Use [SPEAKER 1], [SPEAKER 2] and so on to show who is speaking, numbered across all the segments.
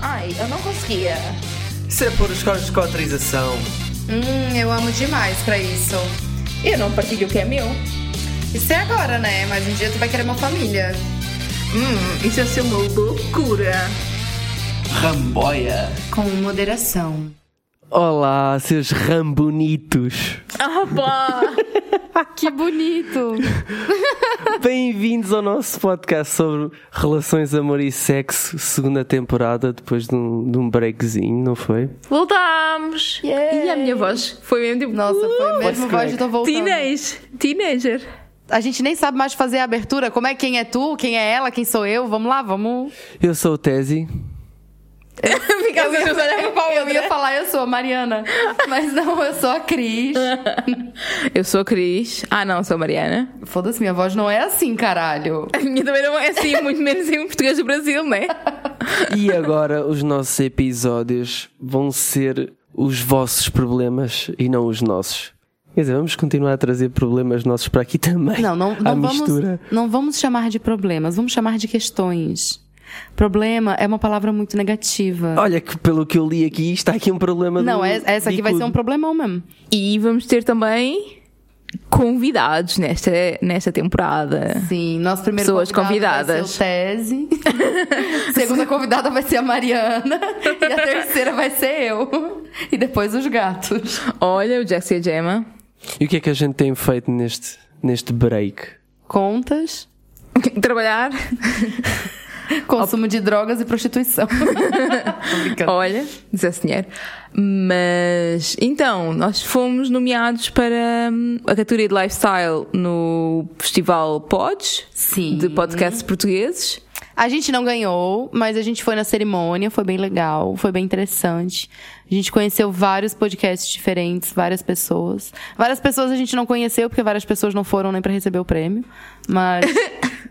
[SPEAKER 1] Ai, eu não conseguia.
[SPEAKER 2] Isso é por escotrização.
[SPEAKER 3] Hum, eu amo demais pra isso.
[SPEAKER 1] Eu não partilho o que é meu.
[SPEAKER 3] Isso é agora, né? Mas um dia tu vai querer uma família.
[SPEAKER 4] Hum, isso é ser uma loucura.
[SPEAKER 2] Ramboia.
[SPEAKER 3] Com moderação.
[SPEAKER 2] Olá, seus rambonitos.
[SPEAKER 1] Ah,
[SPEAKER 5] Opa! que bonito!
[SPEAKER 2] Bem-vindos ao nosso podcast sobre relações, amor e sexo, segunda temporada, depois de um, de um breakzinho, não foi?
[SPEAKER 5] Voltámos! E a minha voz? Foi mesmo tipo...
[SPEAKER 3] Nossa, foi a mesma
[SPEAKER 2] Voice
[SPEAKER 3] voz
[SPEAKER 2] crack.
[SPEAKER 3] do voltando.
[SPEAKER 5] Teenage! Teenager!
[SPEAKER 3] A gente nem sabe mais fazer a abertura. Como é quem é tu, quem é ela, quem sou eu? Vamos lá, vamos.
[SPEAKER 2] Eu sou o Tesi.
[SPEAKER 3] Fica
[SPEAKER 1] assim,
[SPEAKER 3] eu, ia, eu ia falar, eu sou a Mariana. Mas não, eu sou a Cris.
[SPEAKER 1] É.
[SPEAKER 5] Eu sou a Cris. Ah não, sou a Mariana.
[SPEAKER 3] Foda-se, minha voz não é assim, caralho.
[SPEAKER 5] A minha também não é assim, muito menos em português do Brasil, né?
[SPEAKER 2] E agora os nossos episódios vão ser os vossos problemas e não os nossos. Quer dizer, vamos continuar a trazer problemas nossos para aqui também.
[SPEAKER 3] Não, não,
[SPEAKER 2] à
[SPEAKER 3] não, vamos,
[SPEAKER 2] mistura.
[SPEAKER 3] não vamos chamar de problemas, vamos chamar de questões. Problema é uma palavra muito negativa.
[SPEAKER 2] Olha, que pelo que eu li aqui, está aqui um problema
[SPEAKER 3] não,
[SPEAKER 2] do
[SPEAKER 3] é- essa aqui vai ser um
[SPEAKER 2] bicudo.
[SPEAKER 3] problemão mesmo.
[SPEAKER 5] E vamos ter também convidados nesta, nesta temporada.
[SPEAKER 3] Sim, nosso primeiro
[SPEAKER 5] Pessoas
[SPEAKER 3] convidado vai ser
[SPEAKER 5] convidadas.
[SPEAKER 3] o Tese. Segunda convidada vai ser a Mariana. E a terceira vai ser eu. E depois os gatos.
[SPEAKER 5] Olha, o Jax e a Gemma.
[SPEAKER 2] E o que é que a gente tem feito neste, neste break?
[SPEAKER 3] Contas,
[SPEAKER 5] Trabalhar.
[SPEAKER 3] consumo de drogas e prostituição. Tô brincando.
[SPEAKER 5] Olha, diz a senhora. Mas, então, nós fomos nomeados para hum, a categoria de lifestyle no Festival Pods,
[SPEAKER 3] Sim.
[SPEAKER 5] de podcasts portugueses.
[SPEAKER 3] A gente não ganhou, mas a gente foi na cerimônia, foi bem legal, foi bem interessante. A gente conheceu vários podcasts diferentes, várias pessoas. Várias pessoas a gente não conheceu, porque várias pessoas não foram nem pra receber o prêmio. Mas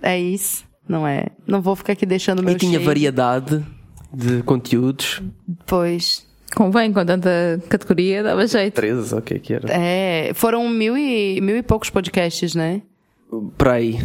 [SPEAKER 3] é isso, não é? Não vou ficar aqui deixando meu
[SPEAKER 2] e tinha
[SPEAKER 3] shade.
[SPEAKER 2] variedade de conteúdos.
[SPEAKER 3] Pois.
[SPEAKER 5] Convém, com tanta categoria, dava jeito.
[SPEAKER 2] 13, ok, que era.
[SPEAKER 3] É, foram mil e, mil e poucos podcasts, né?
[SPEAKER 2] Para aí,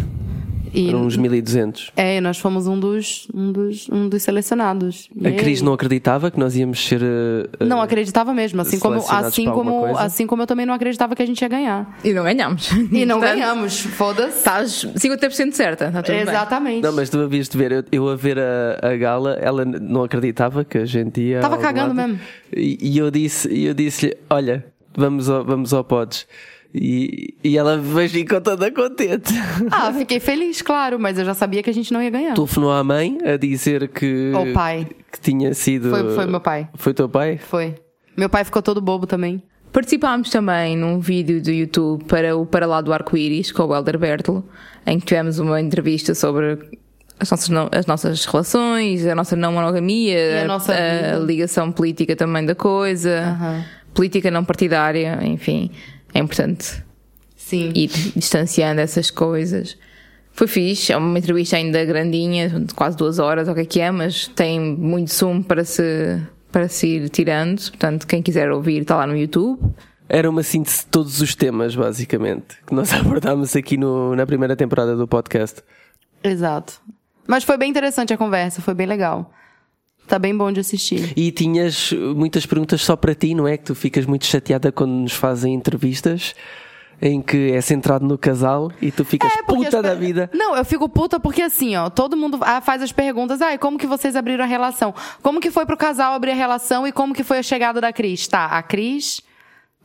[SPEAKER 3] E,
[SPEAKER 2] eram uns 1200.
[SPEAKER 3] é, nós fomos um dos, um dos, um dos selecionados.
[SPEAKER 2] A É, Cris
[SPEAKER 3] Yay.
[SPEAKER 2] não acreditava que nós íamos ser. eh,
[SPEAKER 3] Não
[SPEAKER 2] eh,
[SPEAKER 3] acreditava mesmo, assim como,
[SPEAKER 2] Selecionados
[SPEAKER 3] assim,
[SPEAKER 2] pra alguma
[SPEAKER 3] como,
[SPEAKER 2] coisa?
[SPEAKER 3] assim como eu também não acreditava que a gente ia ganhar.
[SPEAKER 5] E não ganhámos.
[SPEAKER 3] E não
[SPEAKER 5] Portanto,
[SPEAKER 3] ganhamos, foda-se.
[SPEAKER 5] Estás 50% certa, está tudo
[SPEAKER 3] Tá Exatamente.
[SPEAKER 2] Não, mas tu havias de ver, eu, eu a ver a, a gala, ela n- não acreditava que a gente ia.
[SPEAKER 3] Tava
[SPEAKER 2] a algum
[SPEAKER 3] cagando
[SPEAKER 2] lado.
[SPEAKER 3] mesmo.
[SPEAKER 2] E, e eu disse-lhe: eu disse olha, vamos ao, vamos ao Pods. E, e ela veio com toda contente.
[SPEAKER 3] Ah, fiquei feliz, claro, mas eu já sabia que a gente não ia ganhar.
[SPEAKER 2] Telefonou à mãe a dizer que.
[SPEAKER 3] Ao pai.
[SPEAKER 2] Que tinha sido.
[SPEAKER 3] Foi- foi meu pai.
[SPEAKER 2] Foi teu pai?
[SPEAKER 3] Foi. Meu pai ficou todo bobo também.
[SPEAKER 5] bem. Participámos também num vídeo do YouTube para o Para Lá do Arco-Íris, com o Helder Bertolo, em que tivemos uma entrevista sobre as nossas, não- as nossas relações, a nossa não monogamia,
[SPEAKER 3] a nossa vida.
[SPEAKER 5] ligação política também da coisa,
[SPEAKER 3] Aham.
[SPEAKER 5] política não partidária, enfim, é importante.
[SPEAKER 3] Sim.
[SPEAKER 5] ir distanciando essas coisas. Foi fixe, é uma entrevista ainda grandinha, de quase duas horas, ou o que é que é, mas tem muito sumo para se, para se ir tirando. Portanto, quem quiser ouvir, está lá no YouTube.
[SPEAKER 2] Era uma síntese de todos os temas, basicamente, que nós abordámos aqui no, na primeira temporada do podcast.
[SPEAKER 3] Exato. Mas foi bem interessante a conversa, foi bem legal. Tá bem bom de assistir.
[SPEAKER 2] E tinhas muitas perguntas só para ti, não é? Que tu ficas muito chateada quando nos fazem entrevistas em que é centrado no casal e tu ficas
[SPEAKER 3] É, porque
[SPEAKER 2] puta
[SPEAKER 3] as
[SPEAKER 2] da
[SPEAKER 3] per-
[SPEAKER 2] vida.
[SPEAKER 3] Não, eu fico puta porque assim, ó, todo mundo ah, faz as perguntas, ai, como que vocês abriram a relação? Como que foi pro casal abrir a relação e como que foi a chegada da Cris? Tá, a Cris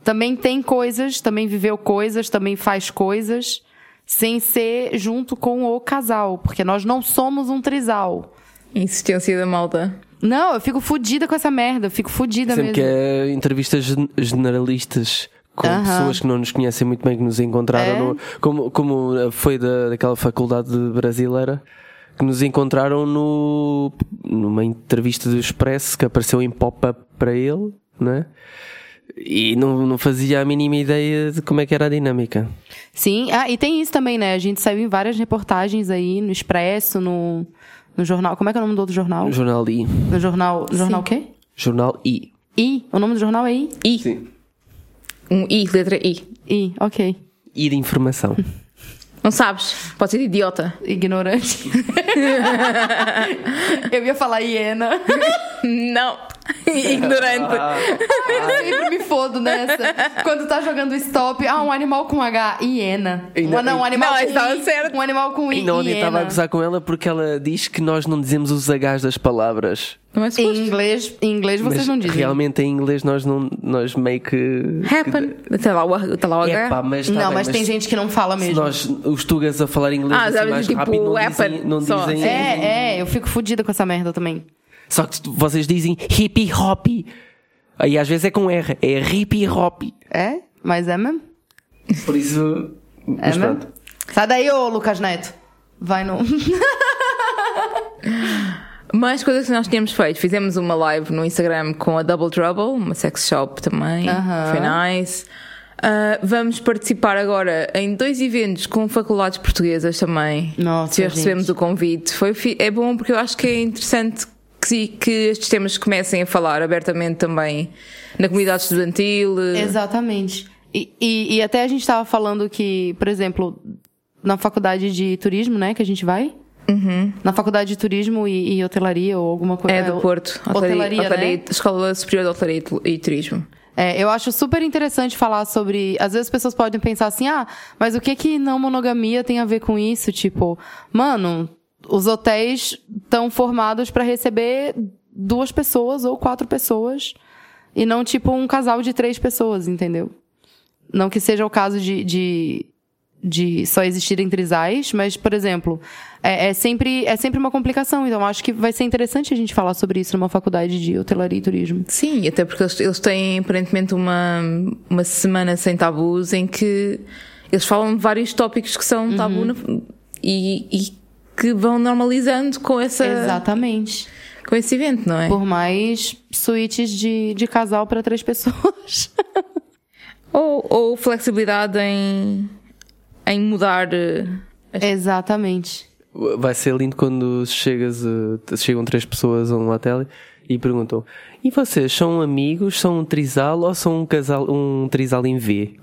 [SPEAKER 3] também tem coisas, também viveu coisas, também faz coisas, sem ser junto com o casal, porque nós não somos um trisal.
[SPEAKER 5] Insistência da malta.
[SPEAKER 3] Não, eu fico fudida com essa merda, eu fico fudida
[SPEAKER 2] Sempre
[SPEAKER 3] mesmo.
[SPEAKER 2] que é entrevistas gen- generalistas com
[SPEAKER 3] Aham.
[SPEAKER 2] pessoas que não nos conhecem muito bem, que nos encontraram,
[SPEAKER 3] É?
[SPEAKER 2] no- como, como foi da, daquela faculdade brasileira. Que nos encontraram no, numa entrevista do Expresso que apareceu em pop-up para ele, né? E não, não fazia a mínima ideia de como é que era a dinâmica.
[SPEAKER 3] Sim, ah, e tem isso também, né? A gente saiu em várias reportagens aí, no Expresso, no, no jornal. Como é que é o nome do outro jornal?
[SPEAKER 2] Jornal I.
[SPEAKER 3] No jornal. No jornal o quê?
[SPEAKER 2] Jornal I.
[SPEAKER 3] I. O nome do jornal é I?
[SPEAKER 5] I. Um I, letra I.
[SPEAKER 3] I, ok.
[SPEAKER 2] I de informação.
[SPEAKER 5] Não sabes? Pode ser idiota.
[SPEAKER 3] Ignorante. eu ia falar hiena.
[SPEAKER 5] Não. Ignorante.
[SPEAKER 2] Ah.
[SPEAKER 3] Eu sempre me fodo nessa. Quando tá jogando stop, ah, um animal com H, hiena.
[SPEAKER 2] E não-
[SPEAKER 3] Ah, não, um animal
[SPEAKER 5] Não,
[SPEAKER 3] com
[SPEAKER 5] isso tava
[SPEAKER 3] I,
[SPEAKER 5] certo.
[SPEAKER 3] Um animal com I,
[SPEAKER 2] E não, onde estava a
[SPEAKER 3] hiena.
[SPEAKER 2] gozar com ela porque ela diz que nós não dizemos os H's das palavras.
[SPEAKER 5] Não é
[SPEAKER 3] Em
[SPEAKER 5] suposto.
[SPEAKER 3] inglês, em inglês vocês
[SPEAKER 2] mas
[SPEAKER 3] não dizem.
[SPEAKER 2] realmente em inglês nós, não, nós meio que.
[SPEAKER 5] Happen. Está lá o H. Tá lá o H.
[SPEAKER 2] Epá, mas tá
[SPEAKER 3] não,
[SPEAKER 2] bem,
[SPEAKER 3] mas, tem gente que não fala
[SPEAKER 2] Se
[SPEAKER 3] mesmo.
[SPEAKER 2] nós, os tugas a falar inglês
[SPEAKER 5] Ah,
[SPEAKER 2] assim
[SPEAKER 5] sabe,
[SPEAKER 2] mais
[SPEAKER 5] tipo,
[SPEAKER 2] rápido, não dizem.
[SPEAKER 5] weapon,
[SPEAKER 2] Não
[SPEAKER 5] só.
[SPEAKER 2] dizem
[SPEAKER 3] É, é, eu fico fodida com essa merda também.
[SPEAKER 2] Só que tu- vocês dizem hippie hoppy. Aí às vezes é com R, é hippie hoppy.
[SPEAKER 3] É? Mas é mesmo?
[SPEAKER 2] Por isso.
[SPEAKER 3] É
[SPEAKER 2] mas
[SPEAKER 3] mesmo?
[SPEAKER 2] pronto.
[SPEAKER 3] Sai daí, ô Lucas Neto. Vai no.
[SPEAKER 5] Mais coisas que nós tínhamos feito. Fizemos uma live no Instagram com a Double Trouble, uma sex shop também.
[SPEAKER 3] Aham.
[SPEAKER 5] Foi nice. Ah, vamos participar agora em dois eventos com faculdades portuguesas também.
[SPEAKER 3] Nossa,
[SPEAKER 5] Já recebemos
[SPEAKER 3] gente.
[SPEAKER 5] o convite. Foi, fi- é bom porque eu acho que é interessante que, se- que estes temas comecem a falar abertamente também na comunidade estudantil.
[SPEAKER 3] Exatamente. E, e, e até a gente tava falando que, por exemplo, na faculdade de turismo, né, que a gente vai. Na faculdade de turismo e, e hotelaria ou alguma coisa.
[SPEAKER 5] Uhum. É do Porto,
[SPEAKER 3] Hotelaria,
[SPEAKER 5] hotelaria, hotelaria-
[SPEAKER 3] né?
[SPEAKER 5] Escola Superior de Hotelaria e Tu- e Turismo.
[SPEAKER 3] É, eu acho super interessante falar sobre. Às vezes as pessoas podem pensar assim, ah, mas o que que não monogamia tem a ver com isso? Tipo, mano, os hotéis estão formados para receber duas pessoas ou quatro pessoas e não tipo um casal de três pessoas, entendeu? Não que seja o caso de, de, de só existirem trisais, mas, por exemplo, é, é sempre, é sempre uma complicação. Então, acho que vai ser interessante a gente falar sobre isso numa faculdade de hotelaria e turismo.
[SPEAKER 5] Sim, até porque eles, eles têm aparentemente uma, uma semana sem tabus em que eles falam de vários tópicos que são tabu
[SPEAKER 3] Uhum.
[SPEAKER 5] na- e, e que vão normalizando com, essa,
[SPEAKER 3] Exatamente.
[SPEAKER 5] com esse evento, não é?
[SPEAKER 3] Por mais suítes de, de casal para três pessoas.
[SPEAKER 5] Ou, ou flexibilidade em, em mudar. eh, as-
[SPEAKER 3] Exatamente.
[SPEAKER 2] Vai ser lindo quando chegas, eh, chegam três pessoas a um hotel e perguntam: E vocês são amigos, são um trisal ou são um casal, um trisal em V?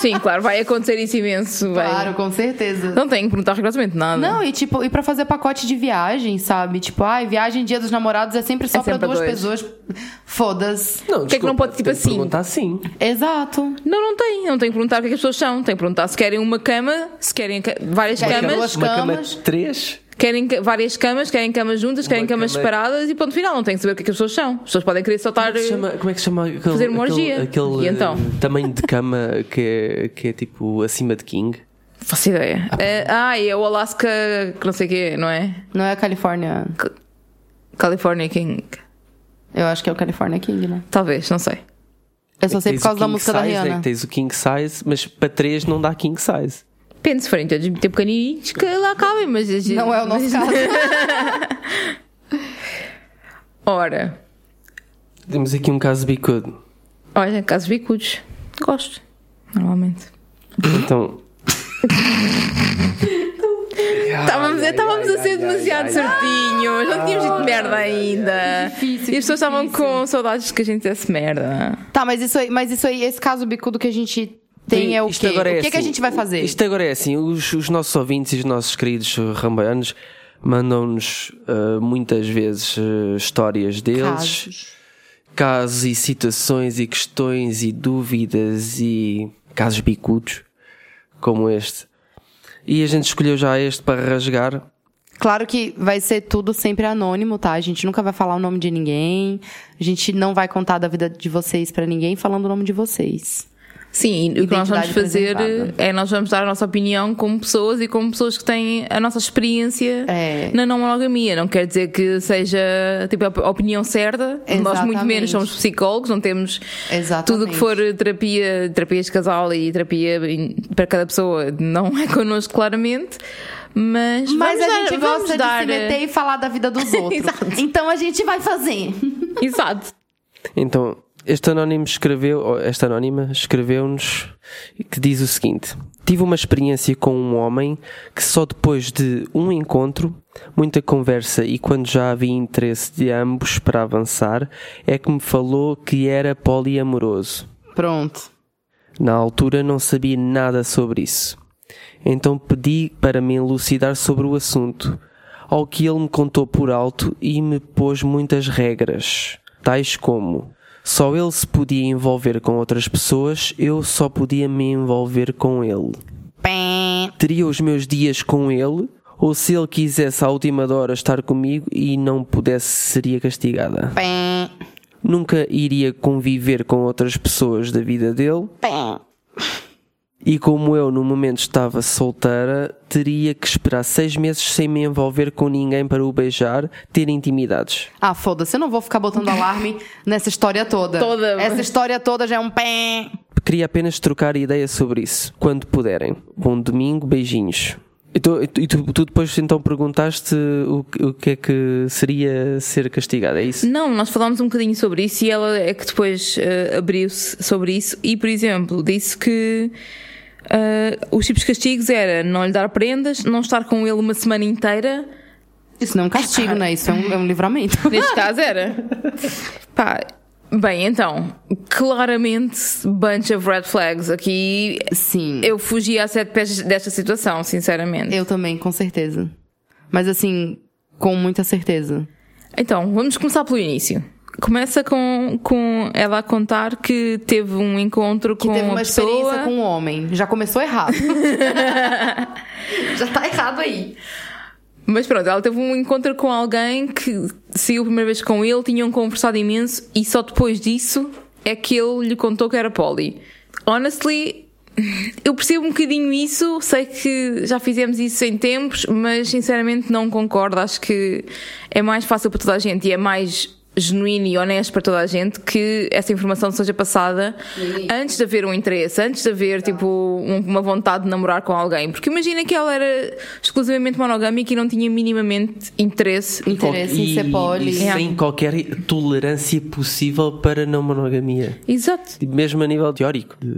[SPEAKER 5] Sim, claro, vai acontecer isso imenso. vai.
[SPEAKER 3] Claro, com certeza.
[SPEAKER 5] Não tenho que perguntar rigorosamente nada.
[SPEAKER 3] Não, e tipo, e para fazer pacote de viagem, sabe? Tipo, ai, viagem dia dos namorados é sempre só
[SPEAKER 5] É sempre
[SPEAKER 3] para duas
[SPEAKER 5] dois.
[SPEAKER 3] pessoas. Foda-se.
[SPEAKER 2] Não,
[SPEAKER 5] que é que não pode, tipo,
[SPEAKER 2] tem
[SPEAKER 5] assim?
[SPEAKER 2] Perguntar sim.
[SPEAKER 3] Exato.
[SPEAKER 5] Não, não tem. Não tem que perguntar o que é que as pessoas são. Tem que perguntar se querem uma cama, se querem ca- várias
[SPEAKER 3] Querem
[SPEAKER 5] camas.
[SPEAKER 3] duas
[SPEAKER 2] uma cama
[SPEAKER 3] camas.
[SPEAKER 2] de três?
[SPEAKER 5] Querem ca- várias camas, querem camas juntas, querem
[SPEAKER 2] Uma
[SPEAKER 5] camas
[SPEAKER 2] cama-
[SPEAKER 5] separadas e ponto final. Não tem que saber o que é que as pessoas são. As pessoas podem querer só estar.
[SPEAKER 2] Se chama- como é que se chama aquele,
[SPEAKER 5] Fazer uma
[SPEAKER 2] aquele,
[SPEAKER 5] orgia.
[SPEAKER 2] aquele,
[SPEAKER 5] E então?
[SPEAKER 2] eh, tamanho de cama que é, que é tipo acima de King?
[SPEAKER 5] eh, Faço ideia. É, Ah, e é o Alaska, que não sei o quê, não é?
[SPEAKER 3] Não é a Califórnia.
[SPEAKER 5] California King.
[SPEAKER 3] Eu acho que é o California King, né?
[SPEAKER 5] Talvez, não sei.
[SPEAKER 3] Eu só sei
[SPEAKER 2] É Tens
[SPEAKER 3] por
[SPEAKER 2] o
[SPEAKER 3] causa da
[SPEAKER 2] king
[SPEAKER 3] música da
[SPEAKER 2] size, é que
[SPEAKER 3] Rihanna.
[SPEAKER 2] tens o king size, mas para três não dá king size.
[SPEAKER 5] Depende se forem todos muito pequenininhos que lá cabem, mas.
[SPEAKER 3] Não é o nosso caso.
[SPEAKER 5] Ora,
[SPEAKER 2] Temos aqui um caso bicudo.
[SPEAKER 5] olha, casos bicudos. Gosto, normalmente.
[SPEAKER 2] Então.
[SPEAKER 5] Estávamos, estávamos a ser demasiado certinhos, não tínhamos dito merda ainda. e as pessoas estavam com saudades que a gente desse merda.
[SPEAKER 3] Tá, mas isso aí, mas isso aí, esse caso bicudo que a gente tem é o
[SPEAKER 2] Isto
[SPEAKER 3] quê?
[SPEAKER 2] agora
[SPEAKER 3] o que, que a
[SPEAKER 2] assim,
[SPEAKER 3] gente vai fazer?
[SPEAKER 2] Isto agora é assim: os, os nossos ouvintes e os nossos queridos rambaianos mandam-nos eh, muitas vezes eh, histórias deles,
[SPEAKER 3] Casos.
[SPEAKER 2] casos e situações e questões e dúvidas e casos bicudos como este. E a gente escolheu já este para rasgar.
[SPEAKER 3] Claro que vai ser tudo sempre anônimo, tá? A gente nunca vai falar o nome de ninguém. A gente não vai contar da vida de vocês pra ninguém falando o nome de vocês.
[SPEAKER 5] Sim, e o que nós vamos
[SPEAKER 3] Identidade
[SPEAKER 5] fazer
[SPEAKER 3] preservada.
[SPEAKER 5] é nós vamos dar a nossa opinião como pessoas e como pessoas que têm a nossa experiência
[SPEAKER 3] É.
[SPEAKER 5] na não monogamia. Não quer dizer que seja tipo a op- a opinião certa. Nós muito
[SPEAKER 3] Exatamente.
[SPEAKER 5] menos somos psicólogos, não temos
[SPEAKER 3] Exatamente.
[SPEAKER 5] tudo o que for terapia, terapias de casal e terapia em- para cada pessoa não é connosco claramente. Mas,
[SPEAKER 3] Mas
[SPEAKER 5] vamos
[SPEAKER 3] a
[SPEAKER 5] dar-
[SPEAKER 3] gente
[SPEAKER 5] vamos
[SPEAKER 3] gosta de
[SPEAKER 5] dar, né?
[SPEAKER 3] se meter e falar da vida dos outros.
[SPEAKER 5] Exato.
[SPEAKER 3] então a gente vai fazer.
[SPEAKER 5] eh, Exato.
[SPEAKER 2] Então, este anónimo escreveu, ou esta anónima escreveu-nos que diz o seguinte: Tive uma experiência com um homem que só depois de um encontro, muita conversa e quando já havia interesse de ambos para avançar, é que me falou que era poliamoroso.
[SPEAKER 3] Pronto.
[SPEAKER 2] Na altura não sabia nada sobre isso. Então pedi para me elucidar sobre o assunto, ao que ele me contou por alto e me pôs muitas regras, tais como só ele se podia envolver com outras pessoas, eu só podia me envolver com ele.
[SPEAKER 3] Pé.
[SPEAKER 2] Teria os meus dias com ele, ou se ele quisesse à última hora estar comigo e não pudesse, seria castigada.
[SPEAKER 3] Pé.
[SPEAKER 2] Nunca iria conviver com outras pessoas da vida dele. E como eu no momento estava solteira, teria que esperar seis meses sem me envolver com ninguém para o beijar, ter intimidades.
[SPEAKER 3] Ah, foda-se, eu não vou ficar botando alarme nessa história toda.
[SPEAKER 5] Toda.
[SPEAKER 3] Essa história toda já é um pé.
[SPEAKER 2] Queria apenas trocar ideia sobre isso, quando puderem. Bom domingo, beijinhos. E tu, e tu- e tu- tu depois então perguntaste o, que- o que é que seria ser castigado, é isso?
[SPEAKER 5] Não, nós falámos um bocadinho sobre isso e ela é que depois eh, abriu-se sobre isso e, por exemplo, disse que eh, os tipos de castigos era não lhe dar prendas, não estar com ele uma semana inteira.
[SPEAKER 3] Isso não é um castigo, né? Isso é um, é um livramento.
[SPEAKER 5] Neste caso era. Ah! Pá, bem, então, claramente, bunch of red flags aqui.
[SPEAKER 3] Sim.
[SPEAKER 5] Eu fugi a sete pés desta situação, sinceramente.
[SPEAKER 3] Eu também, com certeza. Mas assim, com muita certeza.
[SPEAKER 5] Então, vamos começar pelo início. Começa com, com ela a contar que teve um encontro
[SPEAKER 3] Que
[SPEAKER 5] com
[SPEAKER 3] teve
[SPEAKER 5] uma
[SPEAKER 3] uma
[SPEAKER 5] pessoa.
[SPEAKER 3] experiência com um homem. Já começou errado. já tá errado aí.
[SPEAKER 5] Mas pronto, ela teve um encontro com alguém que saiu a primeira vez com ele, tinham conversado imenso e só depois disso é que ele lhe contou que era poli. Honestly, eu percebo um bocadinho isso, sei que já fizemos isso em tempos, mas sinceramente não concordo. Acho que é mais fácil para toda a gente e é mais genuíno e honesto para toda a gente que essa informação seja passada antes de haver um interesse, antes de haver tipo um- uma vontade de namorar com alguém. Porque imagina que ela era exclusivamente monogâmica e não tinha minimamente interesse.
[SPEAKER 3] Interesse em
[SPEAKER 2] E-
[SPEAKER 3] ser poli.
[SPEAKER 2] e sem qualquer tolerância possível para não monogamia.
[SPEAKER 5] Exato.
[SPEAKER 2] Mesmo a nível teórico, de,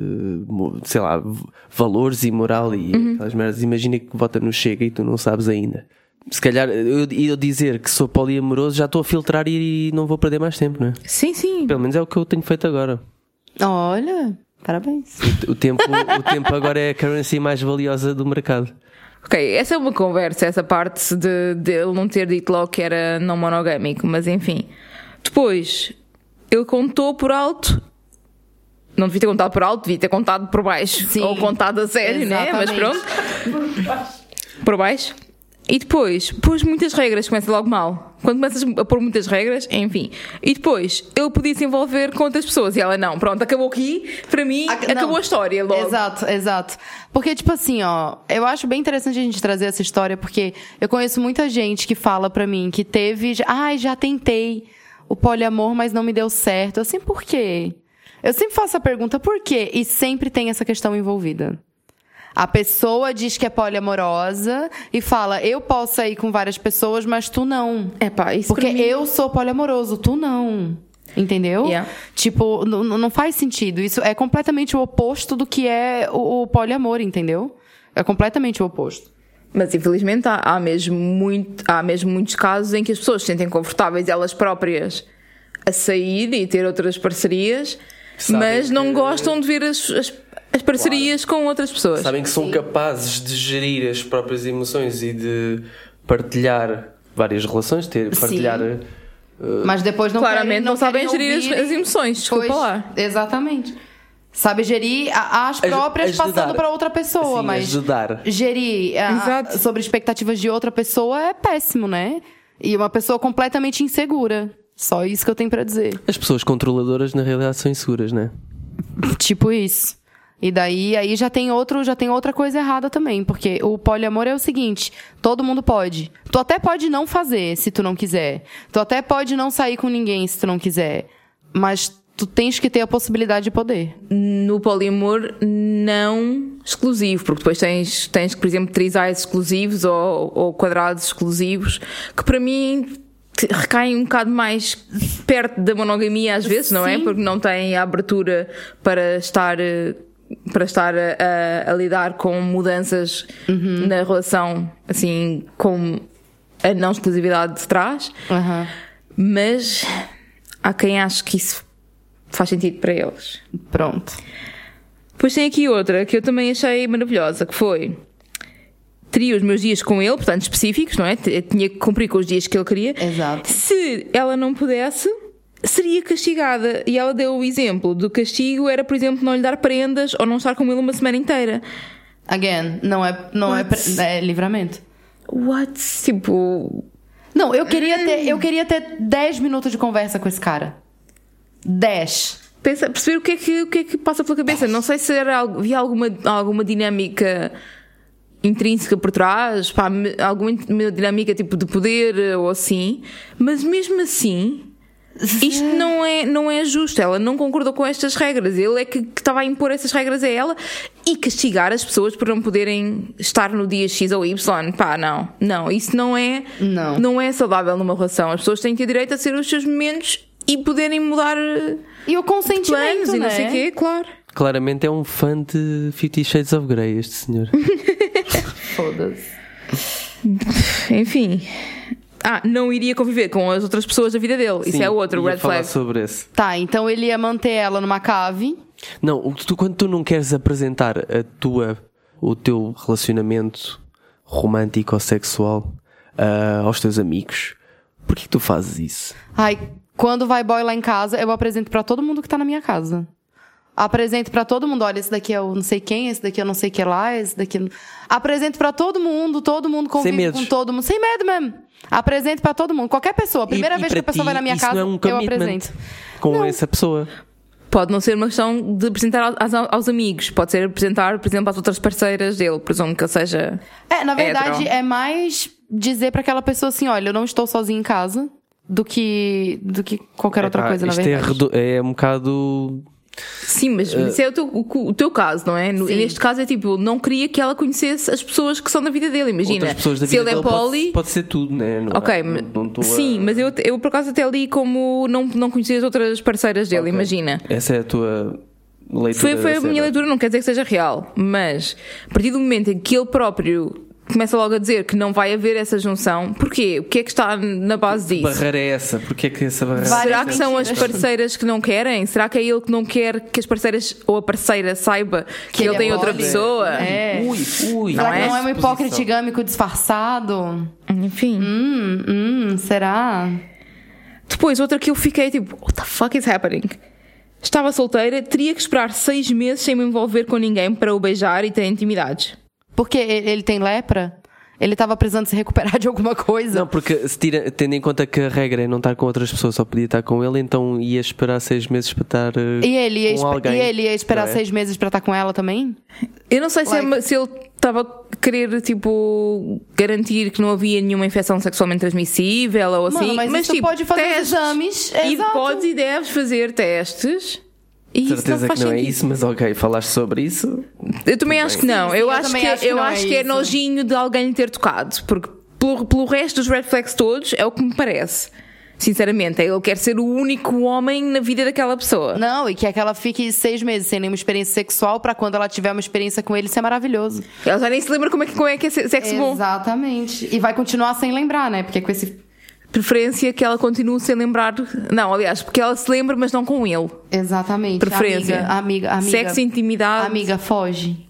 [SPEAKER 2] mo- sei lá, v- valores e moral e aquelas merdas. Imagina que vota no Chega e tu não sabes ainda. Se calhar eu, eu dizer que sou poliamoroso já estou a filtrar e não vou perder mais tempo, não é?
[SPEAKER 5] Sim, sim.
[SPEAKER 2] Pelo menos é o que eu tenho feito agora.
[SPEAKER 3] Olha, parabéns.
[SPEAKER 2] O tempo, o tempo agora é a currency mais valiosa do mercado.
[SPEAKER 5] Ok, essa é uma conversa, essa parte de, de ele não ter dito logo que era não monogâmico, mas enfim. Depois, ele contou por alto. Não devia ter contado por alto, devia ter contado por baixo.
[SPEAKER 3] Sim.
[SPEAKER 5] Ou contado a sério, né? Mas
[SPEAKER 3] Exatamente.
[SPEAKER 5] pronto. por baixo. E depois, pôs muitas regras, começa logo mal. Quando começas a pôr muitas regras, enfim. E depois, ele podia se envolver com outras pessoas e ela não. Pronto, acabou aqui. Para mim,
[SPEAKER 3] Ah, não.
[SPEAKER 5] acabou a história logo.
[SPEAKER 3] Exato, exato. Porque, tipo assim, ó, eu acho bem interessante a gente trazer essa história, porque eu conheço muita gente que fala pra mim que teve. já- Ai, já tentei o poliamor, mas não me deu certo. Assim, por quê? Eu sempre faço a pergunta por quê? E sempre tem essa questão envolvida. A pessoa diz que é poliamorosa e fala: eu posso sair com várias pessoas, mas tu não.
[SPEAKER 5] Epá, isso
[SPEAKER 3] Porque
[SPEAKER 5] para mim-
[SPEAKER 3] eu sou poliamoroso, tu não. Entendeu?
[SPEAKER 5] Yeah.
[SPEAKER 3] Tipo, n- n- não faz sentido. Isso é completamente o oposto do que é o, o poliamor, entendeu? É completamente o oposto.
[SPEAKER 5] Mas infelizmente há, há mesmo muito, há mesmo muitos casos em que as pessoas se sentem confortáveis elas próprias a sair e ter outras parcerias,
[SPEAKER 2] Sabem
[SPEAKER 5] mas não
[SPEAKER 2] que-
[SPEAKER 5] gostam de ver as, as, as parcerias com outras pessoas.
[SPEAKER 2] Sabem que são capazes de gerir as próprias emoções e de partilhar várias relações, ter, partilhar. eh,
[SPEAKER 3] Mas depois não
[SPEAKER 5] Claramente
[SPEAKER 3] querem-
[SPEAKER 5] não sabem
[SPEAKER 3] querem
[SPEAKER 5] gerir as-
[SPEAKER 3] ouvir-
[SPEAKER 5] as emoções, desculpa
[SPEAKER 3] Pois,
[SPEAKER 5] lá.
[SPEAKER 3] Exatamente. Sabe gerir a- as próprias
[SPEAKER 2] ajudar.
[SPEAKER 3] passando pra outra pessoa,
[SPEAKER 2] Sim,
[SPEAKER 3] mas
[SPEAKER 2] ajudar.
[SPEAKER 3] gerir a-
[SPEAKER 5] Exato.
[SPEAKER 3] sobre expectativas de outra pessoa é péssimo, né? E uma pessoa completamente insegura. Só isso que eu tenho pra dizer.
[SPEAKER 2] As pessoas controladoras na realidade são inseguras, né?
[SPEAKER 3] Tipo isso. E daí aí já tem outro, já tem outra coisa errada também, porque o poliamor é o seguinte, todo mundo pode. Tu até pode não fazer se tu não quiser. Tu até pode não sair com ninguém se tu não quiser. Mas tu tens que ter a possibilidade de poder.
[SPEAKER 5] No poliamor não exclusivo, porque depois tens, tens por exemplo, trisais exclusivos ou, ou quadrados exclusivos, que para mim te- recaem um bocado mais perto da monogamia às vezes, não é?
[SPEAKER 3] Sim.
[SPEAKER 5] Porque não têm a abertura para estar eh, para estar a, a- a lidar com mudanças na relação, assim, com a não exclusividade de trás.
[SPEAKER 3] Aham.
[SPEAKER 5] Mas há quem ache que isso faz sentido para eles.
[SPEAKER 3] Pronto.
[SPEAKER 5] Depois tem aqui outra que eu também achei maravilhosa, que foi teria os meus dias com ele, portanto específicos, não é? Eu tinha que cumprir com os dias que ele queria.
[SPEAKER 3] Exato.
[SPEAKER 5] Se ela não pudesse, seria castigada. E ela deu o exemplo do castigo era, por exemplo, não lhe dar prendas ou não estar com ele uma semana inteira.
[SPEAKER 3] Again, não é, não é,
[SPEAKER 5] What?
[SPEAKER 3] pre- é livramento.
[SPEAKER 5] What? Tipo,
[SPEAKER 3] Não, eu queria ter,
[SPEAKER 5] Hum.
[SPEAKER 3] eu queria ter 10 minutos de conversa com esse cara. 10.
[SPEAKER 5] pensa, perceber o que é que, o que, é que passa pela cabeça. Não sei se era, algo- havia alguma, alguma dinâmica intrínseca por trás, pá, me- alguma in- uma dinâmica tipo de poder eh, ou assim, mas mesmo assim. Isto não é, não é justo. Ela não concordou com estas regras. Ele é que, que estava a impor essas regras a ela e castigar as pessoas por não poderem estar no dia X ou Y. Pá, não. Não, isso não é,
[SPEAKER 3] Não.
[SPEAKER 5] é saudável numa relação. As pessoas têm que ter direito a ser os seus momentos e poderem mudar eh,
[SPEAKER 3] E o consentimento,
[SPEAKER 5] planos
[SPEAKER 3] né?
[SPEAKER 5] e não sei o quê, claro.
[SPEAKER 2] Claramente é um fã de Fifty Shades of Grey, este senhor.
[SPEAKER 3] Foda-se.
[SPEAKER 5] Enfim. Ah, não iria conviver com as outras pessoas da vida dele. Isso
[SPEAKER 2] Sim,
[SPEAKER 5] é outro
[SPEAKER 2] ia
[SPEAKER 5] red
[SPEAKER 2] falar
[SPEAKER 5] flag.
[SPEAKER 2] sobre esse.
[SPEAKER 3] Tá, então ele ia manter ela numa cave.
[SPEAKER 2] Não, o que tu- quando tu não queres apresentar a tua, o teu relacionamento romântico ou sexual ah, aos teus amigos, porquê que tu fazes isso?
[SPEAKER 3] Ai, quando vai boy lá em casa, eu apresento pra todo mundo que tá na minha casa. Apresento pra todo mundo, olha, esse daqui é o não sei quem, esse daqui é o não sei que lá, esse daqui. é o- Apresento pra todo mundo, todo mundo convive
[SPEAKER 2] medos.
[SPEAKER 3] com todo mundo, sem medo mesmo. Apresento pra todo mundo, qualquer pessoa. A primeira
[SPEAKER 2] E- e
[SPEAKER 3] vez que a
[SPEAKER 2] para
[SPEAKER 3] pessoa
[SPEAKER 2] ti,
[SPEAKER 3] vai na minha
[SPEAKER 2] isso não
[SPEAKER 3] casa,
[SPEAKER 2] é um
[SPEAKER 3] eu
[SPEAKER 2] commitment
[SPEAKER 3] apresento.
[SPEAKER 2] Com essa pessoa.
[SPEAKER 5] Pode não ser uma questão de apresentar ao- aos, aos amigos. Pode ser apresentar, por exemplo, às outras parceiras dele. Presumo que ele seja.
[SPEAKER 3] É, na verdade,
[SPEAKER 5] Hétero.
[SPEAKER 3] é mais dizer pra aquela pessoa assim, olha, eu não estou sozinha em casa, do que do que qualquer outra
[SPEAKER 2] Ah,
[SPEAKER 3] coisa, na
[SPEAKER 2] isto
[SPEAKER 3] verdade.
[SPEAKER 2] é, redu- é um bocado.
[SPEAKER 5] Sim, mas
[SPEAKER 2] Eh,
[SPEAKER 5] isso é o teu, o, cu- o teu caso, não é? No-
[SPEAKER 3] Sim.
[SPEAKER 5] Neste caso é tipo, não queria que ela conhecesse as pessoas que são da vida dele. Imagina,
[SPEAKER 2] outras pessoas da
[SPEAKER 5] se
[SPEAKER 2] vida
[SPEAKER 5] ele é
[SPEAKER 2] dele pode-
[SPEAKER 5] poli.
[SPEAKER 2] pode, ser tudo, né? Não,
[SPEAKER 5] Ok,
[SPEAKER 2] é- não- não estou a-
[SPEAKER 5] sim, mas eu, eu por acaso até li como não, não conhecia as outras parceiras dele,
[SPEAKER 2] Ok.
[SPEAKER 5] imagina.
[SPEAKER 2] Essa é a tua leitura.
[SPEAKER 5] Foi, foi a
[SPEAKER 2] da
[SPEAKER 5] minha
[SPEAKER 2] cena.
[SPEAKER 5] leitura, não quer dizer que seja real, mas a partir do momento em que ele próprio começa logo a dizer que não vai haver essa junção, porquê? O que é que está na base
[SPEAKER 2] Que
[SPEAKER 5] disso?
[SPEAKER 2] barreira é essa? Porquê é que essa barreira.
[SPEAKER 3] Vai-
[SPEAKER 5] Será
[SPEAKER 3] Várias
[SPEAKER 5] que são as parceiras que não querem? Será que é ele que não quer que as parceiras ou a parceira saiba que,
[SPEAKER 3] ele
[SPEAKER 5] ele tem
[SPEAKER 3] é
[SPEAKER 5] outra
[SPEAKER 3] pobre.
[SPEAKER 5] pessoa?
[SPEAKER 3] É.
[SPEAKER 2] Ui, ui,
[SPEAKER 3] Será que
[SPEAKER 5] é
[SPEAKER 3] não é um
[SPEAKER 2] essa
[SPEAKER 3] hipócrita
[SPEAKER 2] posição.
[SPEAKER 3] gâmico disfarçado?
[SPEAKER 5] Enfim.
[SPEAKER 3] Hum, hum, será?
[SPEAKER 5] Depois, outra que eu fiquei tipo, what the fuck is happening? Estava solteira, teria que esperar seis meses sem me envolver com ninguém para o beijar e ter intimidades.
[SPEAKER 3] Porque ele, ele tem lepra? Ele tava precisando se recuperar de alguma coisa?
[SPEAKER 2] Não, porque se tira- tendo em conta que a regra é não estar com outras pessoas, só podia estar com ele, então ia esperar seis meses para estar. eh,
[SPEAKER 3] E ele ia,
[SPEAKER 2] com
[SPEAKER 3] espe-
[SPEAKER 2] alguém,
[SPEAKER 3] e ele ia esperar
[SPEAKER 2] não é?
[SPEAKER 3] seis meses pra estar com ela também?
[SPEAKER 5] Eu não sei se, é
[SPEAKER 3] Like-
[SPEAKER 5] uma- se ele estava a querer, tipo, garantir que não havia nenhuma infecção sexualmente transmissível ou
[SPEAKER 3] Mano,
[SPEAKER 5] assim.
[SPEAKER 3] mas isso
[SPEAKER 5] tipo,
[SPEAKER 3] pode fazer os
[SPEAKER 5] testes.
[SPEAKER 3] exames.
[SPEAKER 5] E
[SPEAKER 3] Exato.
[SPEAKER 5] podes e deves fazer testes. E isso não
[SPEAKER 2] Certeza
[SPEAKER 5] faz
[SPEAKER 2] que não é
[SPEAKER 5] sentido.
[SPEAKER 2] isso, mas ok, falaste sobre isso.
[SPEAKER 5] Eu também acho que não.
[SPEAKER 3] Sim, sim,
[SPEAKER 5] eu,
[SPEAKER 3] eu
[SPEAKER 5] acho
[SPEAKER 3] também
[SPEAKER 5] que,
[SPEAKER 3] acho que
[SPEAKER 5] eu
[SPEAKER 3] não
[SPEAKER 5] acho
[SPEAKER 3] é
[SPEAKER 5] que é
[SPEAKER 3] isso.
[SPEAKER 5] nojinho de alguém lhe ter tocado. Porque pelo, pelo resto dos red flags todos é o que me parece. Sinceramente, é ele quer ser o único homem na vida daquela pessoa.
[SPEAKER 3] Não, e que é que ela fique seis meses sem nenhuma experiência sexual pra quando ela tiver uma experiência com ele, isso é maravilhoso.
[SPEAKER 5] Ela já nem se lembra como é que, como é, que é se- sexo bom.
[SPEAKER 3] Exatamente. E vai continuar sem lembrar, né? Porque com esse.
[SPEAKER 5] Preferência que ela continue sem lembrar. Não, aliás, porque ela se lembra, mas não com ele.
[SPEAKER 3] Exatamente.
[SPEAKER 5] Preferência.
[SPEAKER 3] Amiga, amiga. amiga
[SPEAKER 5] Sexo, intimidade.
[SPEAKER 3] Amiga, foge.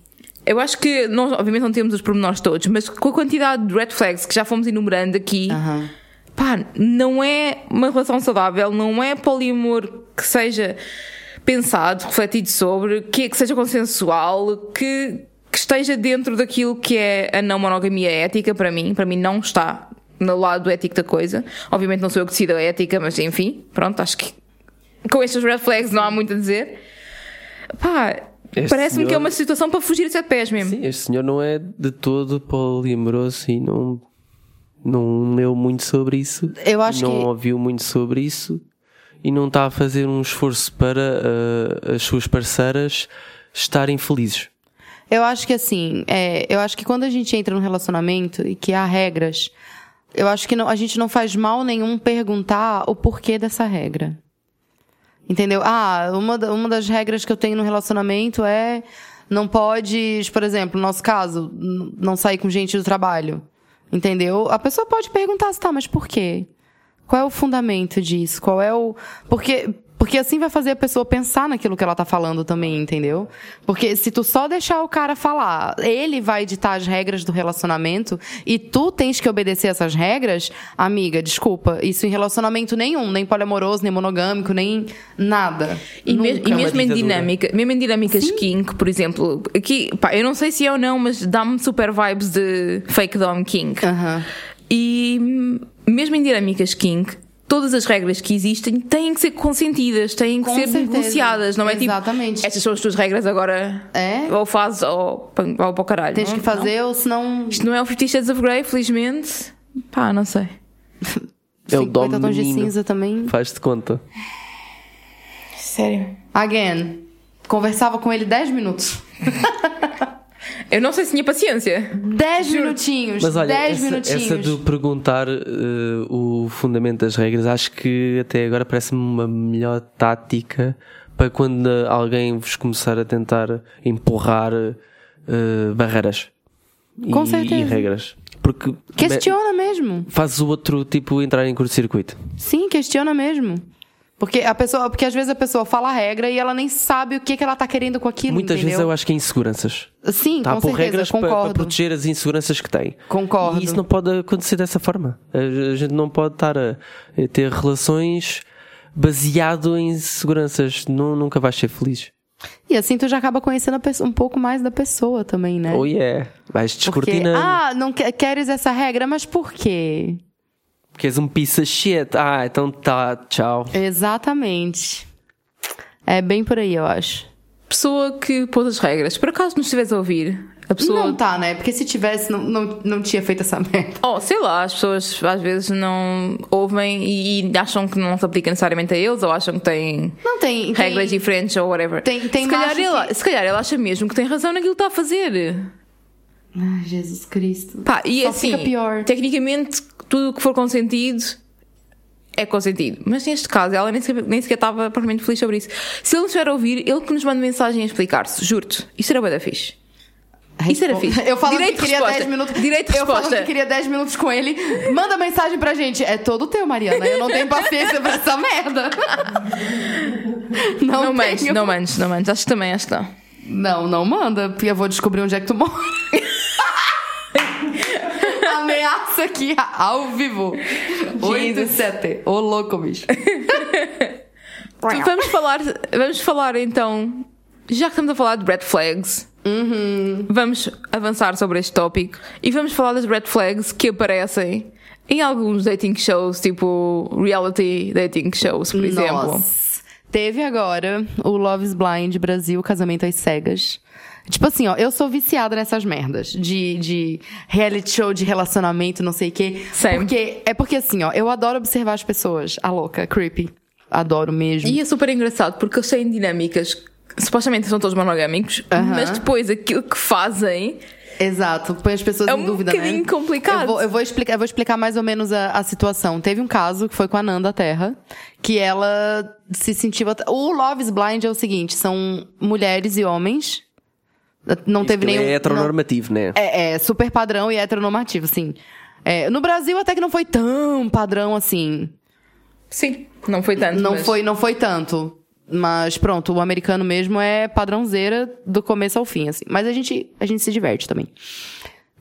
[SPEAKER 5] Eu acho que nós, obviamente, não temos os pormenores todos, mas com a quantidade de red flags que já fomos enumerando aqui,
[SPEAKER 3] Aham.
[SPEAKER 5] pá, não é uma relação saudável, não é poliamor que seja pensado, refletido sobre, que, que seja consensual, que, que esteja dentro daquilo que é a não monogamia ética para mim. Para mim, não está no lado ético da coisa. Obviamente, não sou eu que decido a ética, mas enfim, pronto, acho que com estes red flags não há muito a dizer. Pá,
[SPEAKER 2] Este
[SPEAKER 5] parece-me que é
[SPEAKER 2] senhor-
[SPEAKER 5] uma situação para fugir de sete pés mesmo.
[SPEAKER 2] Sim, este senhor não é de todo poliamoroso e não, não leu muito sobre isso.
[SPEAKER 3] Eu acho
[SPEAKER 2] não
[SPEAKER 3] que-
[SPEAKER 2] ouviu muito sobre isso e não está a fazer um esforço para ah, as suas parceiras estarem felizes.
[SPEAKER 3] Eu acho que assim, é, eu acho que quando a gente entra num relacionamento e que há regras, eu acho que não- a gente não faz mal nenhum perguntar o porquê dessa regra. Entendeu? Ah, uma, da- uma das regras que eu tenho no relacionamento é não podes, por exemplo, no nosso caso, n- não sair com gente do trabalho. Entendeu? A pessoa pode perguntar se tá, mas por quê? Qual é o fundamento disso? Qual é o. Porque Porque assim vai fazer a pessoa pensar naquilo que ela tá falando também, entendeu? Porque se tu só deixar o cara falar, ele vai ditar as regras do relacionamento e tu tens que obedecer essas regras, amiga, desculpa, isso em relacionamento nenhum, nem poliamoroso, nem monogâmico, nem nada.
[SPEAKER 5] E, me-
[SPEAKER 3] Nunca. é
[SPEAKER 5] e mesmo em
[SPEAKER 2] ditadura.
[SPEAKER 5] dinâmica, mesmo em dinâmicas kink, por exemplo, aqui, pá, eu não sei se é ou não, mas dá-me super vibes de fake dom kink.
[SPEAKER 3] Aham.
[SPEAKER 5] E hum, mesmo em dinâmicas kink, todas as regras que existem têm que ser consentidas, têm que
[SPEAKER 3] Com
[SPEAKER 5] ser
[SPEAKER 3] certeza.
[SPEAKER 5] negociadas, não é
[SPEAKER 3] Exatamente.
[SPEAKER 5] tipo, estas são as tuas regras agora,
[SPEAKER 3] É?
[SPEAKER 5] ou fazes ou pá, ou para o caralho.
[SPEAKER 3] Tens
[SPEAKER 5] não,
[SPEAKER 3] que fazer, ou senão.
[SPEAKER 5] Isto não é o Fifty Shades of Grey, felizmente. Pá, não sei.
[SPEAKER 2] É o
[SPEAKER 3] 50
[SPEAKER 2] dom
[SPEAKER 3] tons de
[SPEAKER 2] menino.
[SPEAKER 3] cinza também.
[SPEAKER 2] Faz-te conta.
[SPEAKER 5] Sério.
[SPEAKER 3] Again, conversava com ele 10 minutos.
[SPEAKER 5] Eu não sei se tinha paciência.
[SPEAKER 3] 10 minutinhos.
[SPEAKER 2] Mas olha,
[SPEAKER 3] 10
[SPEAKER 2] essa,
[SPEAKER 3] minutinhos.
[SPEAKER 2] essa de perguntar eh, o fundamento das regras, acho que até agora parece-me uma melhor tática para quando eh, alguém vos começar a tentar empurrar eh, barreiras e,
[SPEAKER 3] Com certeza.
[SPEAKER 2] e regras. Porque
[SPEAKER 3] Questiona mesmo.
[SPEAKER 2] faz o outro tipo entrar em curto-circuito.
[SPEAKER 3] Sim, questiona mesmo. Porque a pessoa, porque às vezes a pessoa fala a regra e ela nem sabe o que, que ela tá querendo com aquilo,
[SPEAKER 2] Muitas
[SPEAKER 3] entendeu?
[SPEAKER 2] vezes eu acho que é inseguranças.
[SPEAKER 3] Sim,
[SPEAKER 2] Está a
[SPEAKER 3] com
[SPEAKER 2] pôr
[SPEAKER 3] certeza,
[SPEAKER 2] Tá, regras para,
[SPEAKER 3] concordo.
[SPEAKER 2] para proteger as inseguranças que tem.
[SPEAKER 3] Concordo.
[SPEAKER 2] E isso não pode acontecer dessa forma. A a gente não pode estar a a ter relações baseado em seguranças. Nu- nunca vais ser feliz.
[SPEAKER 3] E assim tu já acaba conhecendo a pessoa, um pouco mais da pessoa também, né?
[SPEAKER 2] Ou é. Vais
[SPEAKER 3] porque,
[SPEAKER 2] descortinando.
[SPEAKER 3] ah, não que- queres essa regra, mas por quê?
[SPEAKER 2] Porque és um pizza shit. Ah, então tá, tchau.
[SPEAKER 3] Exatamente. É bem por aí, eu acho.
[SPEAKER 5] Pessoa que pôs as regras. Por acaso nos estivesse a ouvir? A pessoa.
[SPEAKER 3] Não tá, né? Porque se tivesse, não, não, não tinha feito essa merda.
[SPEAKER 5] Oh, sei lá, as pessoas às vezes não ouvem e, e acham que não se aplica necessariamente a eles ou acham que têm
[SPEAKER 3] Não tem. tem-
[SPEAKER 5] regras diferentes ou whatever.
[SPEAKER 3] Tem- tem
[SPEAKER 5] se, calhar
[SPEAKER 3] macho
[SPEAKER 5] ele,
[SPEAKER 3] que-
[SPEAKER 5] se calhar ele acha mesmo que tem razão naquilo que está a fazer.
[SPEAKER 3] Ai, Jesus Cristo.
[SPEAKER 5] Pá, e
[SPEAKER 3] Só
[SPEAKER 5] assim,
[SPEAKER 3] fica pior.
[SPEAKER 5] tecnicamente, tudo o que for consentido é consentido. Mas neste caso, ela nem sequer, nem sequer estava propriamente feliz sobre isso. Se ele nos estiver a ouvir, ele que nos manda mensagem a explicar-se, juro-te. Isso era bué da fixe. Isso era fixe.
[SPEAKER 3] Eu falando
[SPEAKER 5] Direito
[SPEAKER 3] que queria
[SPEAKER 5] de
[SPEAKER 3] 10
[SPEAKER 5] resposta.
[SPEAKER 3] minutos.
[SPEAKER 5] Direito de
[SPEAKER 3] eu falando
[SPEAKER 5] resposta.
[SPEAKER 3] que queria 10 minutos com ele. Manda mensagem pra gente. É todo teu, Mariana. Eu não tenho paciência pra essa merda. Não,
[SPEAKER 5] Não manches,
[SPEAKER 3] tenho.
[SPEAKER 5] não manches, não manches. Acho que também, acho que não.
[SPEAKER 3] Não, não manda, porque eu vou descobrir onde é que tu mora. Ameaça aqui ao vivo. 8 e 7. Ô louco, bicho.
[SPEAKER 5] Vamos falar, vamos falar então, já que estamos a falar de red flags, vamos avançar sobre este tópico e vamos falar das red flags que aparecem em alguns dating shows, tipo reality dating shows, por exemplo.
[SPEAKER 3] Nossa. Teve agora o Love is Blind Brasil, Casamento às Cegas. Tipo assim, ó, eu sou viciada nessas merdas de, de reality show, de relacionamento, não sei o quê.
[SPEAKER 5] Same.
[SPEAKER 3] Porque, é porque assim, ó, eu adoro observar as pessoas. A louca, creepy. Adoro mesmo.
[SPEAKER 5] E é super engraçado porque eles têm dinâmicas que supostamente são todos monogâmicos,
[SPEAKER 3] Aham.
[SPEAKER 5] mas depois aquilo que fazem
[SPEAKER 3] Exato, põe as pessoas
[SPEAKER 5] É
[SPEAKER 3] em
[SPEAKER 5] um
[SPEAKER 3] dúvida, né?
[SPEAKER 5] bocadinho complicado.
[SPEAKER 3] Eu vou, eu vou explicar, eu vou explicar mais ou menos a, a situação. Teve um caso que foi com a Nanda Terra, que ela se sentiu... at- O Love is Blind é o seguinte, são mulheres e homens... Não teve nenhum...
[SPEAKER 2] É
[SPEAKER 3] não-
[SPEAKER 2] heteronormativo, né?
[SPEAKER 3] é, é super padrão e heteronormativo, sim. É, no Brasil até que não foi tão padrão assim.
[SPEAKER 5] Sim, não foi tanto.
[SPEAKER 3] Não
[SPEAKER 5] mas-
[SPEAKER 3] foi, não foi tanto. Mas pronto, o americano mesmo é padrãozeira do começo ao fim, assim. Mas a gente, a gente se diverte também.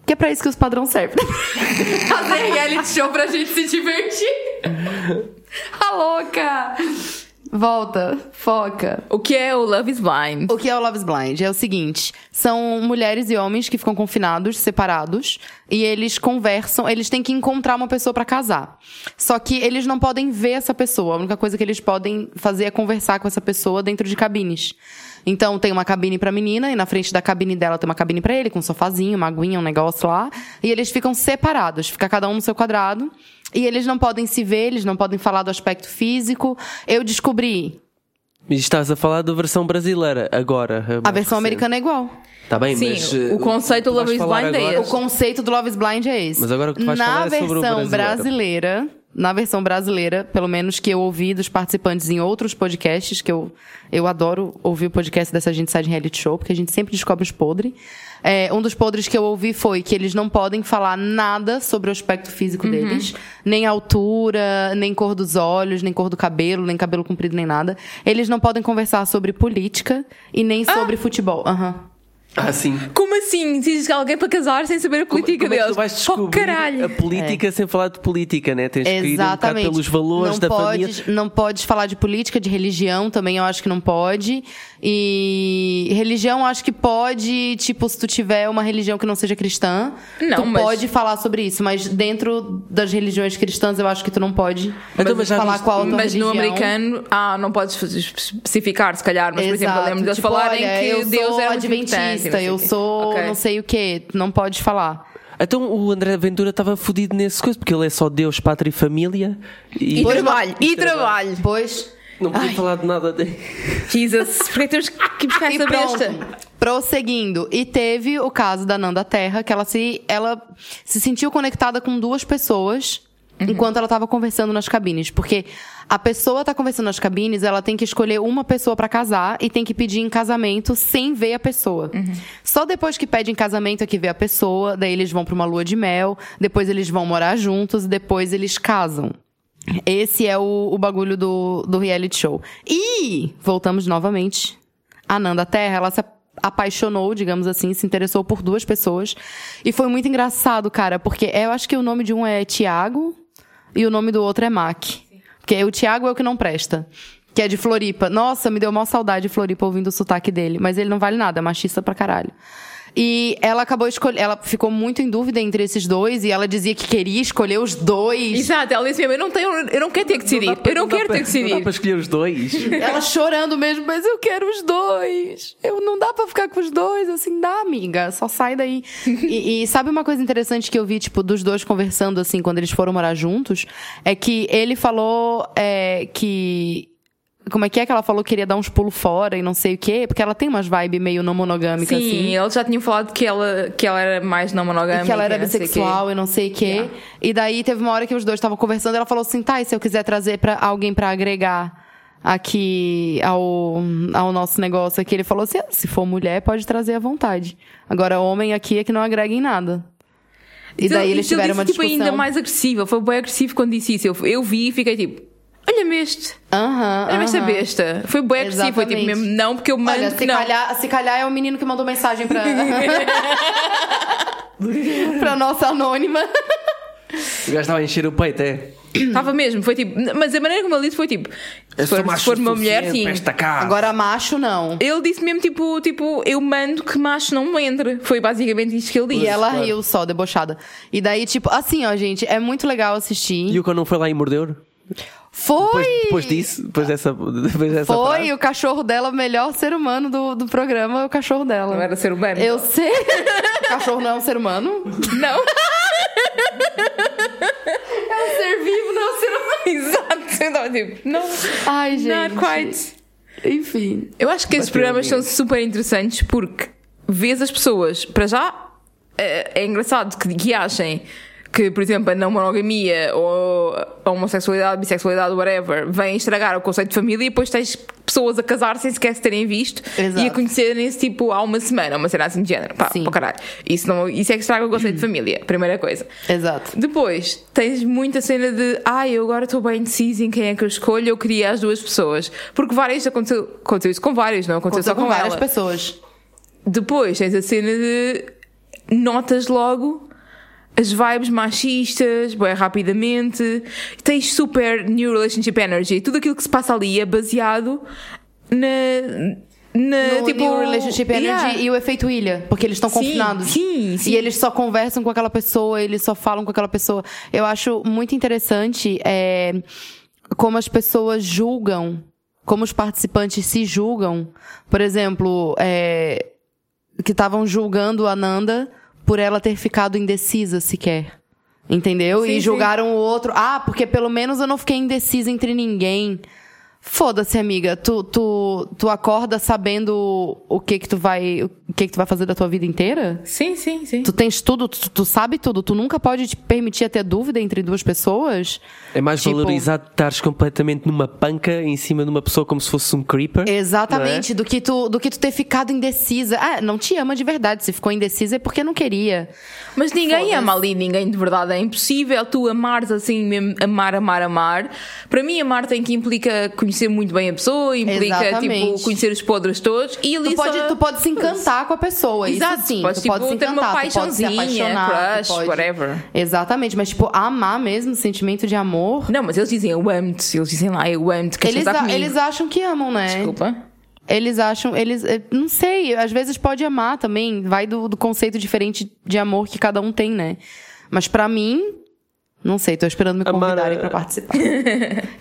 [SPEAKER 3] Que é pra isso que os padrões servem. Fazer
[SPEAKER 5] Ah.
[SPEAKER 3] reality show pra gente se divertir. A Tá louca! Volta, foca.
[SPEAKER 5] O que é o Love is Blind?
[SPEAKER 3] O que é o Love is Blind? É o seguinte: são mulheres e homens que ficam confinados, separados, e eles conversam, eles têm que encontrar uma pessoa pra casar. Só que eles não podem ver essa pessoa. A única coisa que eles podem fazer é conversar com essa pessoa dentro de cabines. Então tem uma cabine pra menina e na frente da cabine dela tem uma cabine pra ele com um sofazinho, uma aguinha, um negócio lá, e eles ficam separados, fica cada um no seu quadrado, e eles não podem se ver, eles não podem falar do aspecto físico. Eu descobri,
[SPEAKER 2] E Estás a falar da versão brasileira agora.
[SPEAKER 3] a versão americana é igual.
[SPEAKER 2] Está bem,
[SPEAKER 5] Sim,
[SPEAKER 2] mas.
[SPEAKER 5] o
[SPEAKER 2] eh, que
[SPEAKER 5] conceito
[SPEAKER 2] tu
[SPEAKER 5] do Love
[SPEAKER 2] vais
[SPEAKER 5] is
[SPEAKER 2] falar
[SPEAKER 5] Blind é
[SPEAKER 2] agora-
[SPEAKER 3] O conceito do Love is Blind é esse.
[SPEAKER 2] Mas agora o que tu vais
[SPEAKER 3] Na
[SPEAKER 2] falar é sobre o
[SPEAKER 3] versão
[SPEAKER 2] brasileiro.
[SPEAKER 3] brasileira, na versão brasileira, pelo menos que eu ouvi dos participantes em outros podcasts, que eu, eu adoro ouvir o podcast dessa gente que sai de reality show, porque a gente sempre descobre os podres. É, um dos podres que eu ouvi foi que eles não podem falar nada sobre o aspecto físico deles, nem altura, nem cor dos olhos, nem cor do cabelo, nem cabelo comprido, nem nada. Eles não podem conversar sobre política e nem sobre futebol. Aham.
[SPEAKER 2] Ah, sim.
[SPEAKER 5] Como assim? Dizes que alguém para casar sem saber a política
[SPEAKER 2] Como é que tu
[SPEAKER 5] deles?
[SPEAKER 2] vais
[SPEAKER 5] oh,
[SPEAKER 2] descobrir
[SPEAKER 5] caralho!
[SPEAKER 2] a política sem falar de política, né? Tens que ir um bocado
[SPEAKER 3] É. Exatamente.
[SPEAKER 2] pelos valores
[SPEAKER 3] não
[SPEAKER 2] da
[SPEAKER 3] podes,
[SPEAKER 2] família.
[SPEAKER 3] Não podes falar de política, de religião também, eu acho que não pode. E religião, acho que pode, tipo, se tu tiver uma religião que não seja cristã,
[SPEAKER 5] Não,
[SPEAKER 3] tu
[SPEAKER 5] mas-
[SPEAKER 3] pode falar sobre isso. Mas dentro das religiões cristãs, eu acho que tu não pode
[SPEAKER 2] Então, mas já
[SPEAKER 3] falar
[SPEAKER 2] viste-
[SPEAKER 3] qual a tua
[SPEAKER 5] Mas
[SPEAKER 3] religião.
[SPEAKER 5] no americano, ah, não podes fazer- especificar, se calhar, mas por exemplo,
[SPEAKER 3] Exato.
[SPEAKER 5] eu lembro deles
[SPEAKER 3] Tipo,
[SPEAKER 5] falarem
[SPEAKER 3] olha,
[SPEAKER 5] que
[SPEAKER 3] eu
[SPEAKER 5] Deus
[SPEAKER 3] sou
[SPEAKER 5] era muito importante, não
[SPEAKER 3] adventista,
[SPEAKER 5] sei
[SPEAKER 3] eu
[SPEAKER 5] o quê.
[SPEAKER 3] sou
[SPEAKER 5] Ok.
[SPEAKER 3] não sei o quê, tu não podes falar.
[SPEAKER 2] Então o André Ventura estava fodido nesse coisa, porque ele é só Deus, pátria e família. E,
[SPEAKER 5] E trabalho, e trabalho.
[SPEAKER 3] Pois.
[SPEAKER 2] Não podia
[SPEAKER 3] Ai.
[SPEAKER 2] falar de nada. De...
[SPEAKER 5] Jesus, porque temos que buscar
[SPEAKER 3] E
[SPEAKER 5] essa
[SPEAKER 3] pronto.
[SPEAKER 5] besta.
[SPEAKER 3] Prosseguindo. E teve o caso da Nanda Terra, que ela se, ela se sentiu conectada com duas pessoas enquanto ela estava conversando nas cabines. Porque a pessoa tá conversando nas cabines, ela tem que escolher uma pessoa pra casar e tem que pedir em casamento sem ver a pessoa. Só depois que pede em casamento é que vê a pessoa, daí eles vão pra uma lua de mel, depois eles vão morar juntos, depois eles casam. Esse é o, o bagulho do, do reality show. E voltamos novamente a Nanda Terra, ela se apaixonou, digamos assim, se interessou por duas pessoas. E foi muito engraçado, cara, porque eu acho que o nome de um é Tiago e o nome do outro é Mac. Porque o Tiago é o que não presta. Que é de Floripa. Nossa, me deu maior saudade de Floripa ouvindo o sotaque dele. Mas ele não vale nada, é machista pra caralho. E ela acabou escolhendo. Ela ficou muito em dúvida entre esses dois e ela dizia que queria escolher os dois.
[SPEAKER 5] Exato, ela disse mesmo, eu não, tenho, eu não quero ter que decidir. eu não
[SPEAKER 2] dá
[SPEAKER 5] quero ter
[SPEAKER 2] pra-
[SPEAKER 5] que
[SPEAKER 2] Não dá
[SPEAKER 5] decidir.
[SPEAKER 2] para escolher os dois.
[SPEAKER 3] Ela chorando mesmo, mas eu quero os dois. Eu não dá pra ficar com os dois, Eu, assim, dá, amiga, só sai daí. e, e sabe uma coisa interessante que eu vi, tipo, dos dois conversando assim quando eles foram morar juntos, é que ele falou é, que como é que é que ela falou que queria dar uns pulos fora e não sei o quê? Porque ela tem umas vibes meio não monogâmicas
[SPEAKER 5] Sim,
[SPEAKER 3] assim.
[SPEAKER 5] eles já tinham falado que ela, que ela era mais não monogâmica.
[SPEAKER 3] E que ela era
[SPEAKER 5] não sei o quê.
[SPEAKER 3] bissexual e não sei o quê. E daí teve uma hora que os dois estavam conversando, ela falou assim: tá, e se eu quiser trazer pra alguém pra agregar aqui ao, ao nosso negócio aqui? Ele falou assim: "Ah, se for mulher, pode trazer à vontade. Agora, homem aqui é que não agrega em nada. E
[SPEAKER 5] Então,
[SPEAKER 3] daí eles
[SPEAKER 5] então
[SPEAKER 3] tiveram
[SPEAKER 5] disse,
[SPEAKER 3] uma discussão.
[SPEAKER 5] Tipo, ainda mais agressiva, foi bem agressivo quando disse isso. Eu, eu vi e fiquei tipo, olha-me este,
[SPEAKER 3] Aham,
[SPEAKER 5] olha-me esta
[SPEAKER 3] aham.
[SPEAKER 5] besta. Foi bem agressivo, foi tipo
[SPEAKER 3] Exatamente.
[SPEAKER 5] mesmo, não, porque eu mando
[SPEAKER 3] Olha,
[SPEAKER 5] que
[SPEAKER 3] se
[SPEAKER 5] não.
[SPEAKER 3] calhar, se calhar é o menino que mandou mensagem pra. pra nossa anônima.
[SPEAKER 2] O gajo estava a encher o peito, é.
[SPEAKER 5] Estava mesmo, foi tipo, mas a maneira como ele disse foi tipo, se for, se for uma mulher, sim.
[SPEAKER 2] Tá.
[SPEAKER 3] Agora, macho, não.
[SPEAKER 5] Ele disse mesmo tipo, tipo, eu mando que macho não me entre. Foi basicamente isto que ele disse.
[SPEAKER 3] E ela
[SPEAKER 2] claro.
[SPEAKER 3] riu só, debochada. E daí, tipo, assim, ó, gente, é muito legal assistir.
[SPEAKER 2] E o que não foi lá e mordeu?
[SPEAKER 3] Foi!
[SPEAKER 2] Depois, depois disso, tá depois dessa. Depois dessa
[SPEAKER 3] Foi
[SPEAKER 2] frase?
[SPEAKER 3] o cachorro dela, o melhor ser humano do, do programa, é o cachorro dela.
[SPEAKER 5] Não era ser humano.
[SPEAKER 3] Eu sei. o cachorro não é um ser humano?
[SPEAKER 5] Não.
[SPEAKER 3] É um ser vivo, não é um ser humano.
[SPEAKER 5] Exato. Eu tava tipo, não.
[SPEAKER 3] Ai, gente.
[SPEAKER 5] Not quite.
[SPEAKER 3] Enfim.
[SPEAKER 5] Eu acho que esses programas são super interessantes porque vês as pessoas, para já, é, é engraçado que, que achem que, por exemplo, a não monogamia ou a homossexualidade, bissexualidade, whatever, vem estragar o conceito de família e depois tens pessoas a casar sem sequer se terem visto
[SPEAKER 3] Exato.
[SPEAKER 5] e a conhecerem-se tipo há uma semana, uma cena assim de género. Pá,
[SPEAKER 3] Sim.
[SPEAKER 5] pá, caralho. Isso, não, isso é que estraga o conceito de família, primeira coisa.
[SPEAKER 3] Exato.
[SPEAKER 5] Depois, tens muita cena de ah, eu agora estou bem indecisa em quem é que eu escolho, eu queria as duas pessoas. Porque várias aconteceu, aconteceu isso com vários, não é? aconteceu,
[SPEAKER 3] Aconteceu
[SPEAKER 5] só com,
[SPEAKER 3] com várias
[SPEAKER 5] ela.
[SPEAKER 3] pessoas.
[SPEAKER 5] Depois tens a cena de notas logo as vibes machistas, bem rapidamente, tens super new relationship energy, tudo aquilo que se passa ali é baseado na, na
[SPEAKER 3] No
[SPEAKER 5] tipo
[SPEAKER 3] New Relationship Energy
[SPEAKER 5] yeah.
[SPEAKER 3] e o efeito ilha, porque eles estão
[SPEAKER 5] Sim,
[SPEAKER 3] confinados.
[SPEAKER 5] sim, sim.
[SPEAKER 3] E eles só conversam com aquela pessoa, eles só falam com aquela pessoa. Eu acho muito interessante é, como as pessoas julgam, como os participantes se julgam. Por exemplo, é, que estavam julgando a Nanda por ela ter ficado indecisa sequer. Entendeu?
[SPEAKER 5] Sim,
[SPEAKER 3] e
[SPEAKER 5] sim.
[SPEAKER 3] julgaram o outro. Ah, porque pelo menos eu não fiquei indecisa entre ninguém. Foda-se, amiga. Tu, tu, tu acorda sabendo o que que tu vai, o que que tu vai fazer da tua vida inteira?
[SPEAKER 5] Sim, sim, sim.
[SPEAKER 3] Tu tens tudo, tu, tu sabe tudo. Tu nunca pode te permitir ter dúvida entre duas pessoas.
[SPEAKER 2] É mais
[SPEAKER 3] Tipo-
[SPEAKER 2] valorizado estares completamente numa panca em cima de uma pessoa como se fosse um creeper.
[SPEAKER 3] Exatamente, do, que tu, do que tu ter ficado indecisa. Ah, não te ama de verdade. Se ficou indecisa é porque não queria.
[SPEAKER 5] Mas ninguém ama ali, ninguém de verdade. É impossível tu amares assim, mesmo amar, amar, amar. Para mim, amar tem que implica conhecer muito bem a pessoa, implica
[SPEAKER 3] Exatamente.
[SPEAKER 5] tipo, conhecer os podres todos. E ali
[SPEAKER 3] Tu pode,
[SPEAKER 5] só...
[SPEAKER 3] tu pode se encantar com a pessoa.
[SPEAKER 5] Exato,
[SPEAKER 3] isso sim.
[SPEAKER 5] podes,
[SPEAKER 3] tu pode
[SPEAKER 5] tipo,
[SPEAKER 3] se
[SPEAKER 5] ter uma
[SPEAKER 3] encantar, tu pode se
[SPEAKER 5] paixãozinha,
[SPEAKER 3] apaixonar, tu
[SPEAKER 5] crush,
[SPEAKER 3] pode-
[SPEAKER 5] whatever.
[SPEAKER 3] Exatamente, mas tipo, amar mesmo, sentimento de amor.
[SPEAKER 5] Não, mas eles dizem eu amo-te, eles dizem lá eu amo-te, queres
[SPEAKER 3] Eles,
[SPEAKER 5] casar
[SPEAKER 3] a-
[SPEAKER 5] comigo?
[SPEAKER 3] eles acham que amam, né?
[SPEAKER 5] Desculpa.
[SPEAKER 3] Eles acham, eles. eh, Não sei, às vezes pode amar também. Vai do, do conceito diferente de amor que cada um tem, né? Mas pra mim. Não sei, tô esperando me
[SPEAKER 2] Amar,
[SPEAKER 3] convidarem
[SPEAKER 2] eh,
[SPEAKER 3] pra participar.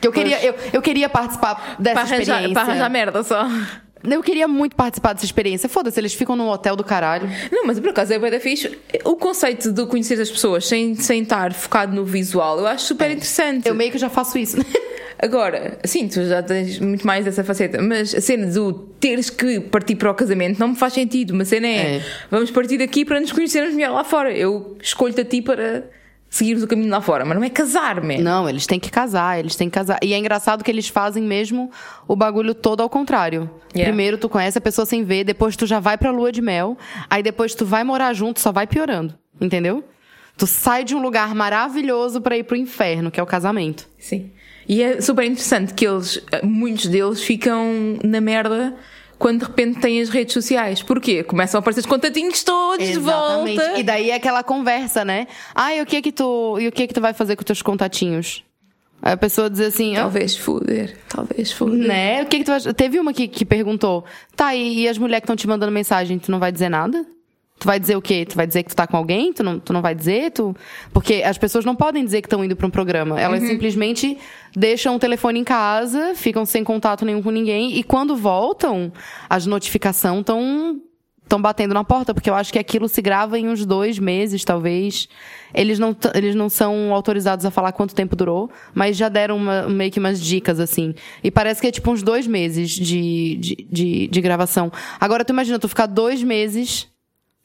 [SPEAKER 3] que eu queria, eu, eu queria participar dessa
[SPEAKER 5] Para arranjar,
[SPEAKER 3] experiência.
[SPEAKER 5] para arranjar merda só.
[SPEAKER 3] Eu queria muito participar dessa experiência. Foda-se, eles ficam num hotel do caralho.
[SPEAKER 5] Não, mas por acaso é bem da fixe. O conceito de conhecer as pessoas sem, sem estar focado no visual, eu acho super interessante.
[SPEAKER 3] É. Eu meio que já faço isso.
[SPEAKER 5] Agora, sim, tu já tens muito mais dessa faceta, mas a cena do teres que partir para o casamento não me faz sentido. Uma cena é,
[SPEAKER 3] É.
[SPEAKER 5] vamos partir daqui para nos conhecermos melhor lá fora. Eu escolho-te a ti para seguirmos o caminho lá fora, mas não é casar-me.
[SPEAKER 3] Não, eles têm que casar, eles têm que casar. E é engraçado que eles fazem mesmo o bagulho todo ao contrário.
[SPEAKER 5] Yeah.
[SPEAKER 3] Primeiro tu conhece a pessoa sem ver, depois tu já vai pra lua de mel, aí depois tu vai morar junto, só vai piorando, entendeu? Tu sai de um lugar maravilhoso pra ir pro inferno, que é o casamento.
[SPEAKER 5] Sim. E é super interessante que eles, eh, muitos deles, ficam na merda quando de repente têm as redes sociais. Porquê? Começam a aparecer os contatinhos todos de volta.
[SPEAKER 3] E daí é aquela conversa, né? Ah, e o que é que tu, e o que é que tu vai fazer com os teus contatinhos? Aí a pessoa diz assim, "Ah,
[SPEAKER 5] Talvez foder, talvez foder.
[SPEAKER 3] Né? O que, que tu acha? Teve uma que, que perguntou: tá, e, e as mulheres que estão te mandando mensagem, tu não vai dizer nada? Tu vai dizer o quê? Tu vai dizer que tu tá com alguém? Tu não, tu não vai dizer? Tu... Porque as pessoas não podem dizer que estão indo pra um programa. Elas simplesmente deixam o telefone em casa, ficam sem contato nenhum com ninguém e quando voltam, as notificações estão. Estão batendo na porta, porque eu acho que aquilo se grava em uns dois meses, talvez. Eles não, t- eles não são autorizados a falar quanto tempo durou, mas já deram uma- meio que umas dicas, assim. E parece que é tipo uns dois meses de, de, de, de gravação. Agora, tu imagina, tu ficar dois meses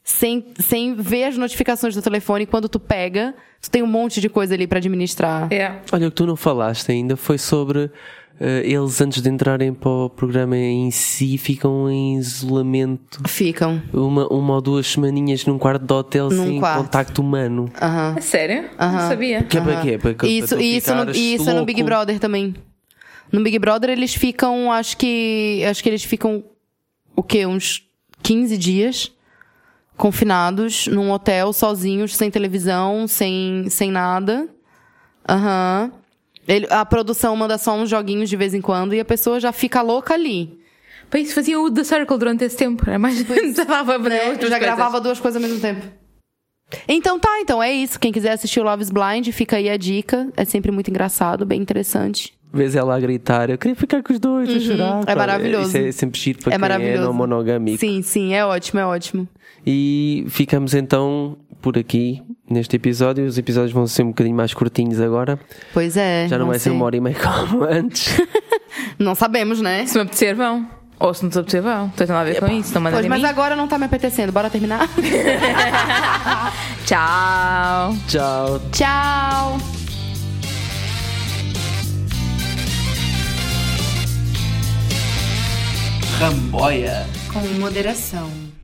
[SPEAKER 3] sem, sem ver as notificações do telefone, quando tu pega, tu tem um monte de coisa ali pra administrar.
[SPEAKER 5] É.
[SPEAKER 2] Olha, o que tu não falaste ainda foi sobre eh, eles antes de entrarem para o programa em si ficam em isolamento
[SPEAKER 3] Ficam.
[SPEAKER 2] uma, uma ou duas semaninhas num quarto de hotel
[SPEAKER 3] Num
[SPEAKER 2] sem
[SPEAKER 3] quarto.
[SPEAKER 2] contacto humano.
[SPEAKER 5] A É sério? Não sabia.
[SPEAKER 2] Que é para quê? Para, para
[SPEAKER 3] Isso,
[SPEAKER 2] tu
[SPEAKER 3] e isso, no,
[SPEAKER 2] ficares
[SPEAKER 3] e isso é no
[SPEAKER 2] louco?
[SPEAKER 3] Big Brother também. No Big Brother eles ficam, acho que. Acho que eles ficam o quê? Uns 15 dias confinados num hotel, sozinhos, sem televisão, sem, sem nada. Aham. Ele- A produção manda só uns joguinhos de vez em quando e a pessoa já fica louca ali.
[SPEAKER 5] Para isso fazia o The Circle durante esse tempo. Era mais já dava para
[SPEAKER 3] né?
[SPEAKER 5] outras
[SPEAKER 3] já
[SPEAKER 5] coisas.
[SPEAKER 3] gravava duas coisas ao mesmo tempo. Então tá, então é isso. Quem quiser assistir o Love is Blind, fica aí a dica. É sempre muito engraçado, bem interessante. É
[SPEAKER 2] Vês ela a gritar, eu queria ficar com os dois, a chorar. Pá,
[SPEAKER 3] Uhum. maravilhoso.
[SPEAKER 2] Isso é sempre giro para
[SPEAKER 3] é
[SPEAKER 2] quem é
[SPEAKER 3] maravilhoso.
[SPEAKER 2] não monogâmico.
[SPEAKER 3] Sim, sim, é ótimo, é ótimo.
[SPEAKER 2] E ficamos então por aqui neste episódio. Os episódios vão ser um bocadinho mais curtinhos agora.
[SPEAKER 3] Pois é.
[SPEAKER 2] Já não, vai ser
[SPEAKER 3] sei.
[SPEAKER 2] uma hora e meia como antes.
[SPEAKER 3] Não sabemos, né?
[SPEAKER 5] Se me apetecer, vão. Ou se não te apetecer, vão. Não tens nada a ver com isso. Não mandem
[SPEAKER 3] Pois,
[SPEAKER 5] a
[SPEAKER 3] mas
[SPEAKER 5] mim.
[SPEAKER 3] agora não tá me apetecendo. Bora terminar?
[SPEAKER 5] Tchau.
[SPEAKER 2] Tchau.
[SPEAKER 3] Tchau!
[SPEAKER 2] Ramboia.
[SPEAKER 3] Com moderação.